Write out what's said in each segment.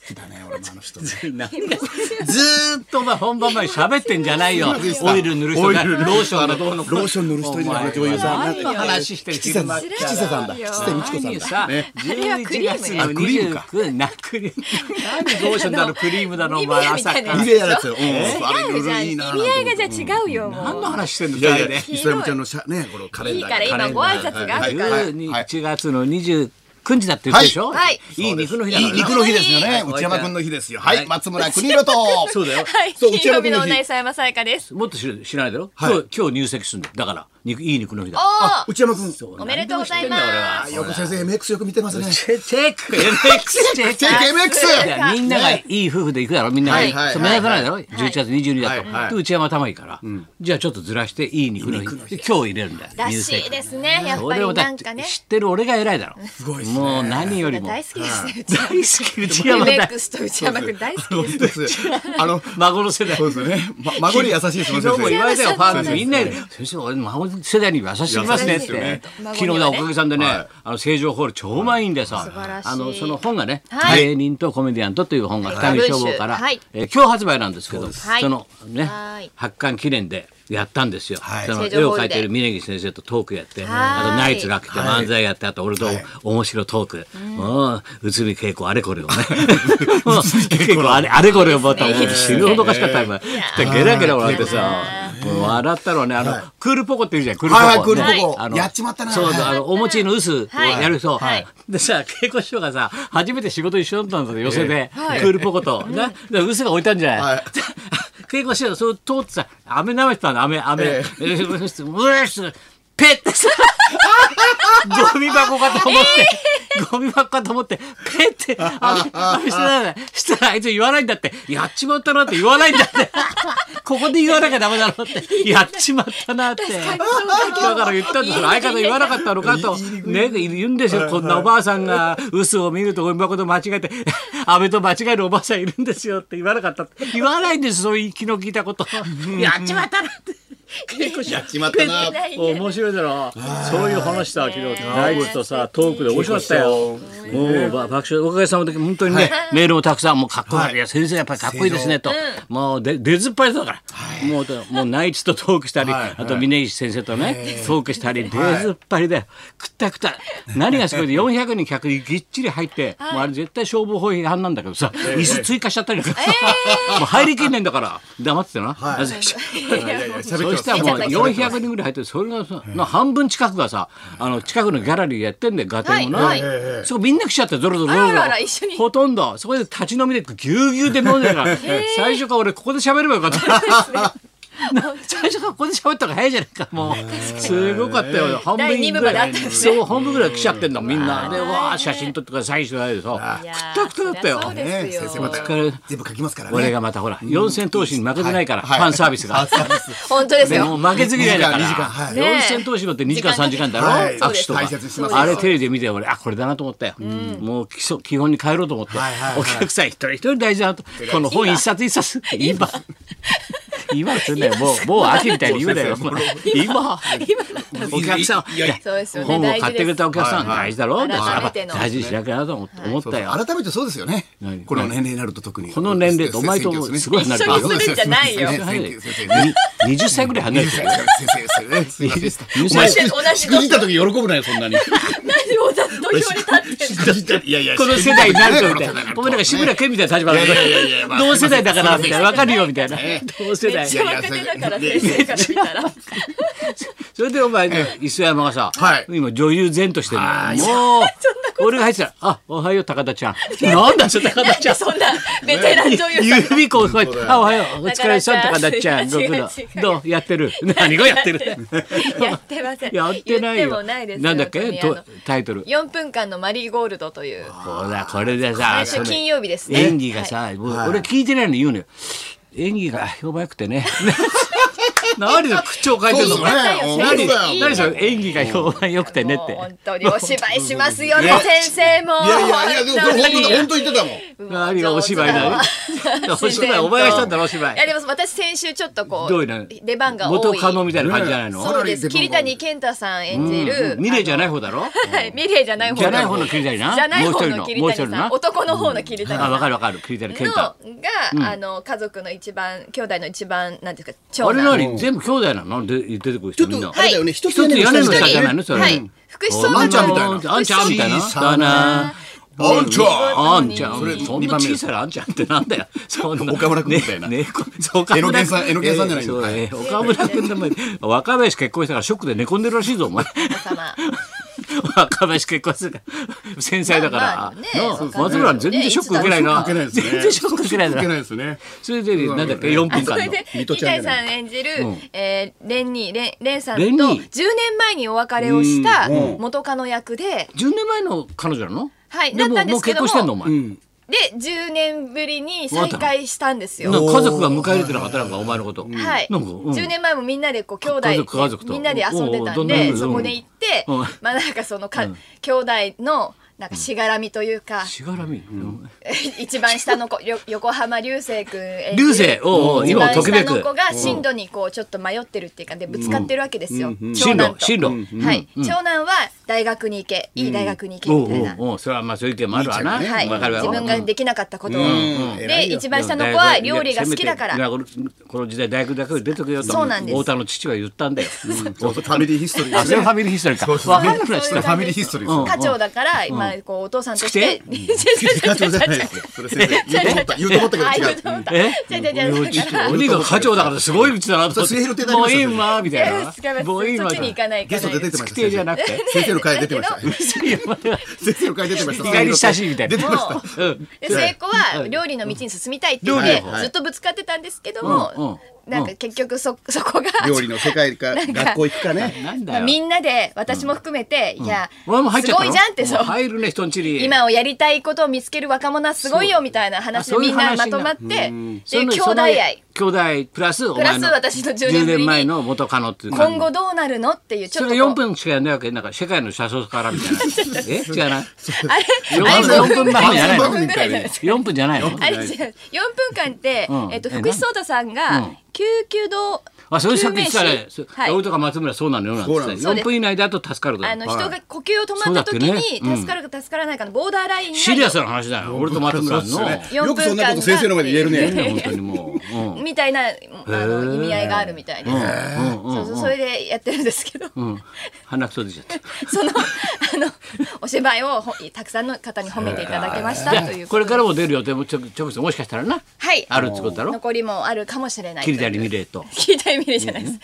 きだね、俺もあの人ね。何がずーっとお前本番前に喋ってんじゃないよ。オイル塗る人が、ローションのどうのこうのローション塗る人いるおな、あ前の女優さん。何の話してる吉瀬さん、吉瀬さんだ。吉瀬美智前子にささんだ。ね、 11月あのクリームか29なクリーム何ローションだろクリームだろお前朝かニベアみたいリベアらなのやつよ。うん、あれ違う塗じゃんるい意い味ななん合て思って。いがじゃあ違うよもう何の話してんのい二や人いでや、磯山ちゃんのしゃね、このカレンダー。いいから今ご挨拶があるからはいはいはい1月の29日だって言ってでしょはいいい肉の日だいい肉の日ですよね。はい内山君の日ですよ。ははいい、松村邦洋と。そうだよはい金曜日のお内さやまさやかですもっと知る知らないだろ、はい今日今日入籍するんだよだから肉いい肉の日だあ、お内山君。おめでとうございますあよく先生、MX よく見てますね。チェチェック MX チェックチェック MX いやみんながいい夫婦で行くだろみんながはいいいはいそう目立たないだろ11月22だはいはいとで内山玉いいからじゃあちょっとずらしていい肉の日今日入れるんだよら入籍しいですねやっそぱれをりだなっんかてね知ってる俺が偉いだろすごいですねもう何よりも大好きですね大好き内山だ MX と内山くん大好きです本当ですあの、孫の世代そうですよね。ま孫に優しいですもん昨日も言われたよ、ファン先の生みんなに、先生、俺、孫世代に優しすぎますねっ優しいでてすよね。昨日だ、おかげさんでねはい、あの、成城ホール超満員でさ素晴ら、しいあの、その本がね、はい芸人とコメディアントという本が二人消防からはい、えー今日発売なんですけど、すはいそのねはい、発刊記念で、やったんですよ、はいその成絵城ホを描ールいでてる峯岸先生とトークやってはいあとナイツが来てはい漫才やってあと俺とはい面白トーク、もう内海恵子あれこれをね もう恵子あれあれこれをまたもう死ぬほどおかしかった今ゲラゲラ笑ってさもう笑ったろうねあの、クールポコって言うじゃんクールポコ、はいはいクールポコねあのやっちまったなそうそうあのお餅の薄をはいやる人、はいでさ恵子師匠がさ初めて仕事一緒だったんだよ寄席で、はいクールポコと、なで薄が置いたんじゃない、はい 稽古してたらそれ通ってさ飴舐めてたの飴飴ええーうっすうっすペッてさゴミ箱かと思って、ゴミ箱かと思ってペッて飴飴してたらしたらあいつ言わないんだってやっちまったなって言わないんだってここで言わなきゃダメだろうってやっちまったなってだから言ったんですよ相方言わなかったのかとね言うんですよこんなおばあさんが嘘を見るとゴミ箱と間違えて安倍と間違えるおばあさんいるんですよって言わなかったって言わないんですそういう気の利いたことやっちまったなって結構やっちまった な。 面白いだろそういう話した昨日ナイツとさトークで面白かったよもうば爆笑おかげさまで本当にねメールもたくさんもうかっこはいいいいや先生やっぱりかっこいいですねともうで出ずっぱりだからもうともうナイツとトークしたりはいあと峯岸先生とねトークしたり出ずっぱりでくったくた何がすごいって400人客にぎっちり入ってもうあれ絶対消防法違反なんだけどさ椅子追加しちゃったりとかさ もう入りきんねんだから黙っててな。そしたらもう400人ぐらい入ってるそれがさ、の半分近くがさあの近くのギャラリーやってんだよガテンをな、はいそこみんな来ちゃってゾロゾロゾロゾあロらあら一緒にほとんどそこで立ち飲みでぎゅうぎゅうで飲んでたから 最初から俺ここで喋ればよかった。な最初からここで喋った方が早いじゃないかもうすごかったよ半分ぐら第い二部まであったんですそう半分ぐらい来ちゃってんだみんなでわあ写真撮ってくださいしてないでさいやくったくただったよそうね、です先よ生また疲れ全部書きますからね。俺がまたほら四千投資に負けてないからファンサービスが本当ですでもよう負けず嫌いだから二時間二時間はいねえ四千投資のって2時間時間3時間だはろい握手とか大切にしますあれテレビで見て俺あこれだなと思ったよもう基礎基本に帰ろうと思ってはいはいはいお客さん一人一人大事だなとこの本一冊一冊今今っつうんだよもうもう秋みたいに言うだよもう今お客さんいやいやそうですよね本を買ってくれたお客さんはいはい大事だろだからやっぱ改めての大事にしなきゃなと思って思っそうたそうよ改めてそうですよね何。この年齢になると特に。この年齢とお前と選挙ですねすごい離れてる一緒にするんじゃないよそうですね先生に20歳ぐらい離れてるよ先生先生20お前歳しくじしくじった時喜ぶなよそんなに。何をだと言われたってしくじったいやいや。この世代になるとみたこのい世代な。とお前なんか志村けんみたいな立場だいやいやいやいやまあ同世代だからみたいな。わかるよみたいな。同世代めっ。ちゃ若手だから先生から見たらそれでお前、磯山がさはい、今女優前としてるあーもう、俺が入ってたら、あ、おはよう高田ちゃん。なんだそれ高田ちゃん。そんなベテラン女優さん指こうこうやっ本当てだよあ、おはよう、お疲れさんとかなっちゃん、違う違ごう苦労違うどうやって る何がやってるやってませ んやってない言ってよ。もないですよなんだっけ本当にあとのタイトル。 4分間のマリーゴールドというほら、これでさ、先週金曜日ですね演 技がさ、もう俺聞いてないの言うのよ。演技が評判良くてね。なんで口調変えてんのそうかだねそうだ何よいい何それ演技が評判良くてねっもうて。本当にお芝居しますよねね先生もいやいやいやでもこれ本当だ本当言ってたもん何がお芝居だよ。お芝居、お前がしたんだろ、お芝いや居。でも私先週ちょっとこどうういうの出番が多元いカノみたいな感じじゃないのそうです桐谷健太さん演じるミレイじゃ ない方方だろミレイじゃない方じゃないの方の桐谷な。じゃない方ものう一桐人のもう一人のな谷さ。ん男の方の桐谷さあ、んわかのるわかる。桐谷健が太。あの家族の一番兄弟の一番なんていうんですかあ長れ何男全部兄弟なの出てくる人みんな。はい一一つ屋根の下じゃないのそれ。はい福士蒼あ汰んちゃんみたいのなあんちゃんみたいな。小さなあんちゃんあんちゃん、そそれんな小さなあんちゃんってなんだよ。そんな岡村君みたいなねねそう岡村江ノ電さん江ノ電さんじゃないのそうえー岡村君の前で若林結婚したからショックで寝込んでるらしいぞ、お前。 様若林結婚するから繊細だかまらあまあね。なあそうか松村全然ショック受けないな。受けないですね全然ショック受けない受けな。ないですねそれで、なんだっけ、4あ分そ間れの。でミ三トちゃん谷じゃなさいん演じる、うんえー、レンニーレンレンさんとレ10ンニー年前にお別れをしたうん元カノ役で、 10年前の彼女なのはいでもだったんでもうすけ結ども婚してんの、お前。で10年ぶりに再会したんですよ。なんか家族が迎え入れてなかったのか、お前のこと。はい、なんかうん10年前もみんなでこう兄家族家族弟とみんなで遊んおうでたおんうどんなでのそこで行って、うんまあなんかそのか、うん兄弟のなんかしがらみというか、しがらみ。 一番下の子よ横浜流星君演じ流る星、おうおう、一今を番とき下めくの。子が進路にこうちょっと迷ってるっていうかでぶつかってるわけですよ、長進男路、と進路。はい、長男は大学に行けいい大学に行けみたいな、おうおうおうそれはまあそういう意見もあるわな。わはい、かるわ自分ができなかったことを、ん偉でいよ一番下の子は料理が好きだかいやらこのこの時代大学だけで出とけよとそうなんです太田の父は言ったんだよ。そうそうファミリーヒストリーであそすれねファミリーヒストリーか。そうそうわかんなくなっちゃフったァミリーヒストリーですうよん課長だから、今こうお父さんとして 課長じゃないですよそれ先生言うと思った言うと思ったけど違うえ違う違う違うおじ 鬼が課長だからすごいうちだなと思っそう末広て。亭だもよういいわみたいな。もういいそわっちに行かないゲストで出てま規した定先じゃな生くて。先生の会出てましたね先生の会出てました意外に親しいみたいな。出てましたうんで末っ子は料理の道に進みたいって言って、ずっとぶつかってたんですけども、なんか結局そそこが料理の世界かなんか学校行くかねなんだまあ、よ。みんなで私も含めて、いや、俺も入っちすゃったごのいじゃんってそうも入るね人んちに。今をやりたいことを見つける若者はすごいよみたいな話であそういみうんな話まにとまなってで兄その弟愛。その兄弟プラスおプラ前スの私の10 10年ぶり年前にの元カノっていう今後どうなるのっていうちょそっれと4こう分しかやんないわけなんか世界の車窓からみたいなえ違うなあれ4あれ分4分あ半じゃない番の組みた いに4分じゃないのあれ違う4分間って、うんえっと、えな福士蒼汰さんうがん救急道あそれさっき言ってた救ね命そ士うはい俺とか松村そうなのよなんてそうなん言でっすてた4分以内だと助かるとあのはい人が呼吸を止まった時そうだっにけねうん助かるか助からないかのボーダーラインシリアスなな話だよ俺と松村のねね4よくそんなこと先生の前で言える分間ねが本当にもううんみたいなあの意味合いがあるみたいです。うんうんそうそうそれでやってるんですけど、うん鼻くそ出ちゃった そのあのお芝居をほたくさんの方に褒めていただけましたというこれかららも出る予定もちょちょくちょくもしかしたらなはいあるってことだろ残りもあるかもしれない桐谷美玲と聞いた意味でじゃないです。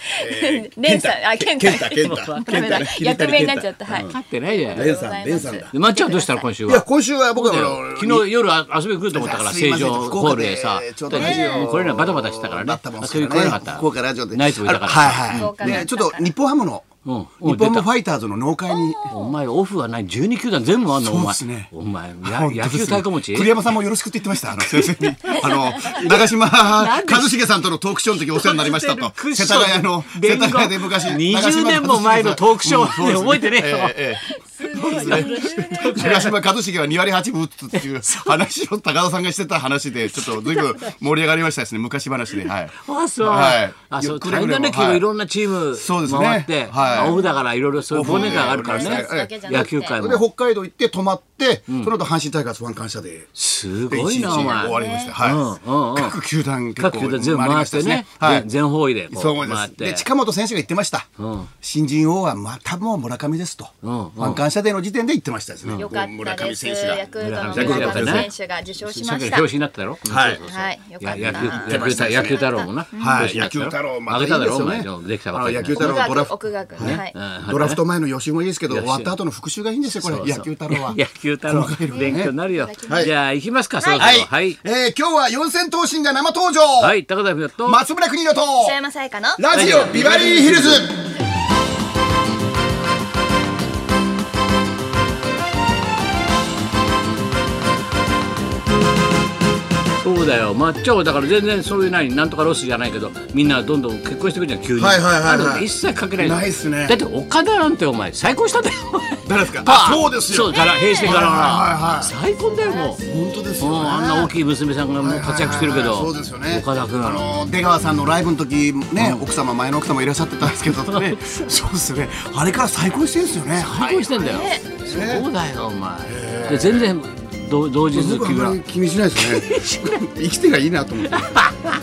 レンさんあケン健タ太健 太ダメだ役名になっちゃったはい。勝ってないじゃんレンさんレンさんだでまっちゃんはどうしたの今週いやは今週は僕は昨日夜あ遊びに来ると思ったからすい成ません城ホールへさちょっとねこれらバタバタしてたからねバタバタして遊びたにか来れらなねかった福岡ラジオでナイツもいたからはい福岡はいラジオねちょっと日本ハムのうんう日ん本ハムファイターズの農会にお前オフはない12球団全部あんのおそう前ですねお前や本当野ですね球太鼓持ち栗山さんもよろしくって言ってま した。あの、先生に。あの、長嶋一茂さんとのトークショーの時お世話になりま したと。クッシ世ョン田谷の、世田谷で昔。 20年も前のトークショーで覚えてねえよえすごいえ長嶋一茂は2割8分打つっていう話を高田さんがしてた話で、ちょっと随分盛り上がりましたですね。昔話で。はい。あそう、はいあそうくれ大ぐれ変だもね昨は日いいろんなチームそうですね回って、はいまあオフだからいろいろそういう忘年会があるからオフねね野球界そもれで北海道行って泊まって、その後阪神タイガース湾感謝で。すでごい一日なお前終わりました。うんうんうんはい。各球団結構各球団全部回って回りましたねしはい全全方位でこうそう思いま回っす。てで近本選手が言ってましたん。新人王はまたもう村上ですと。フんうんァン感謝デーの時点で言ってましたですね。よかったです。村上選手がヤクルトの村上村選手が上ね選手が受賞しさっきましのた。表紙になっただろはいそうそうそうはい、よかっやた。野球てましたね野球太郎もな、はいどうした野球太郎まあたいげいですよねただろお前のできたばっかりあの野球の太郎ドラフト奥川君、はい。うんドラフト前の予習もいいですけど、いや終わった後の復習がいいんですよ、これ。そうそう野球太郎は。 野球太郎細かいのね勉強になるよ、はいじゃあ行きますかそろそろはい。ははいい、えー今日は四千頭身が生登場。はい、高田文夫と、松村邦洋と。北山さやかのラジオビバリーヒルズ。そうそうだよ抹茶をだから全然そういうないなんとかロスじゃないけどみんなどんどん結婚してくるじゃん急にはいはいはいはいあの一切かけないないっすねだって岡田なんてお前再婚したんだよ誰ですかパーあそうですよそうから平成かはいらはいはい再婚だよもう本当ですようんねあんな大きい娘さんがもう活躍してるけど、はいはいはいそうですよね岡田君あの出川さんのライブの時ね、奥様前の奥様いらっしゃってたんですけど ねそうですねあれから再婚してるんですよね最高してんだよ、ねそうだよお前、で全然同同日木僕あんま村り気にしない ですね生きてがいいなと思って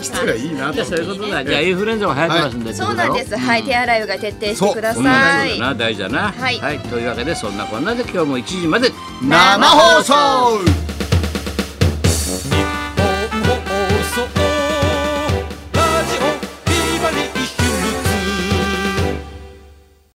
生きてがいいなじゃと思あそっういてうことだじゃあインフルエンザも流行ってますんで、ってこそとうだなろんです。はい、手洗いうが徹底してくだそんなさ大い事。だな大事だなはいはい、というわけでそんなこんなで今日も1時まで生放送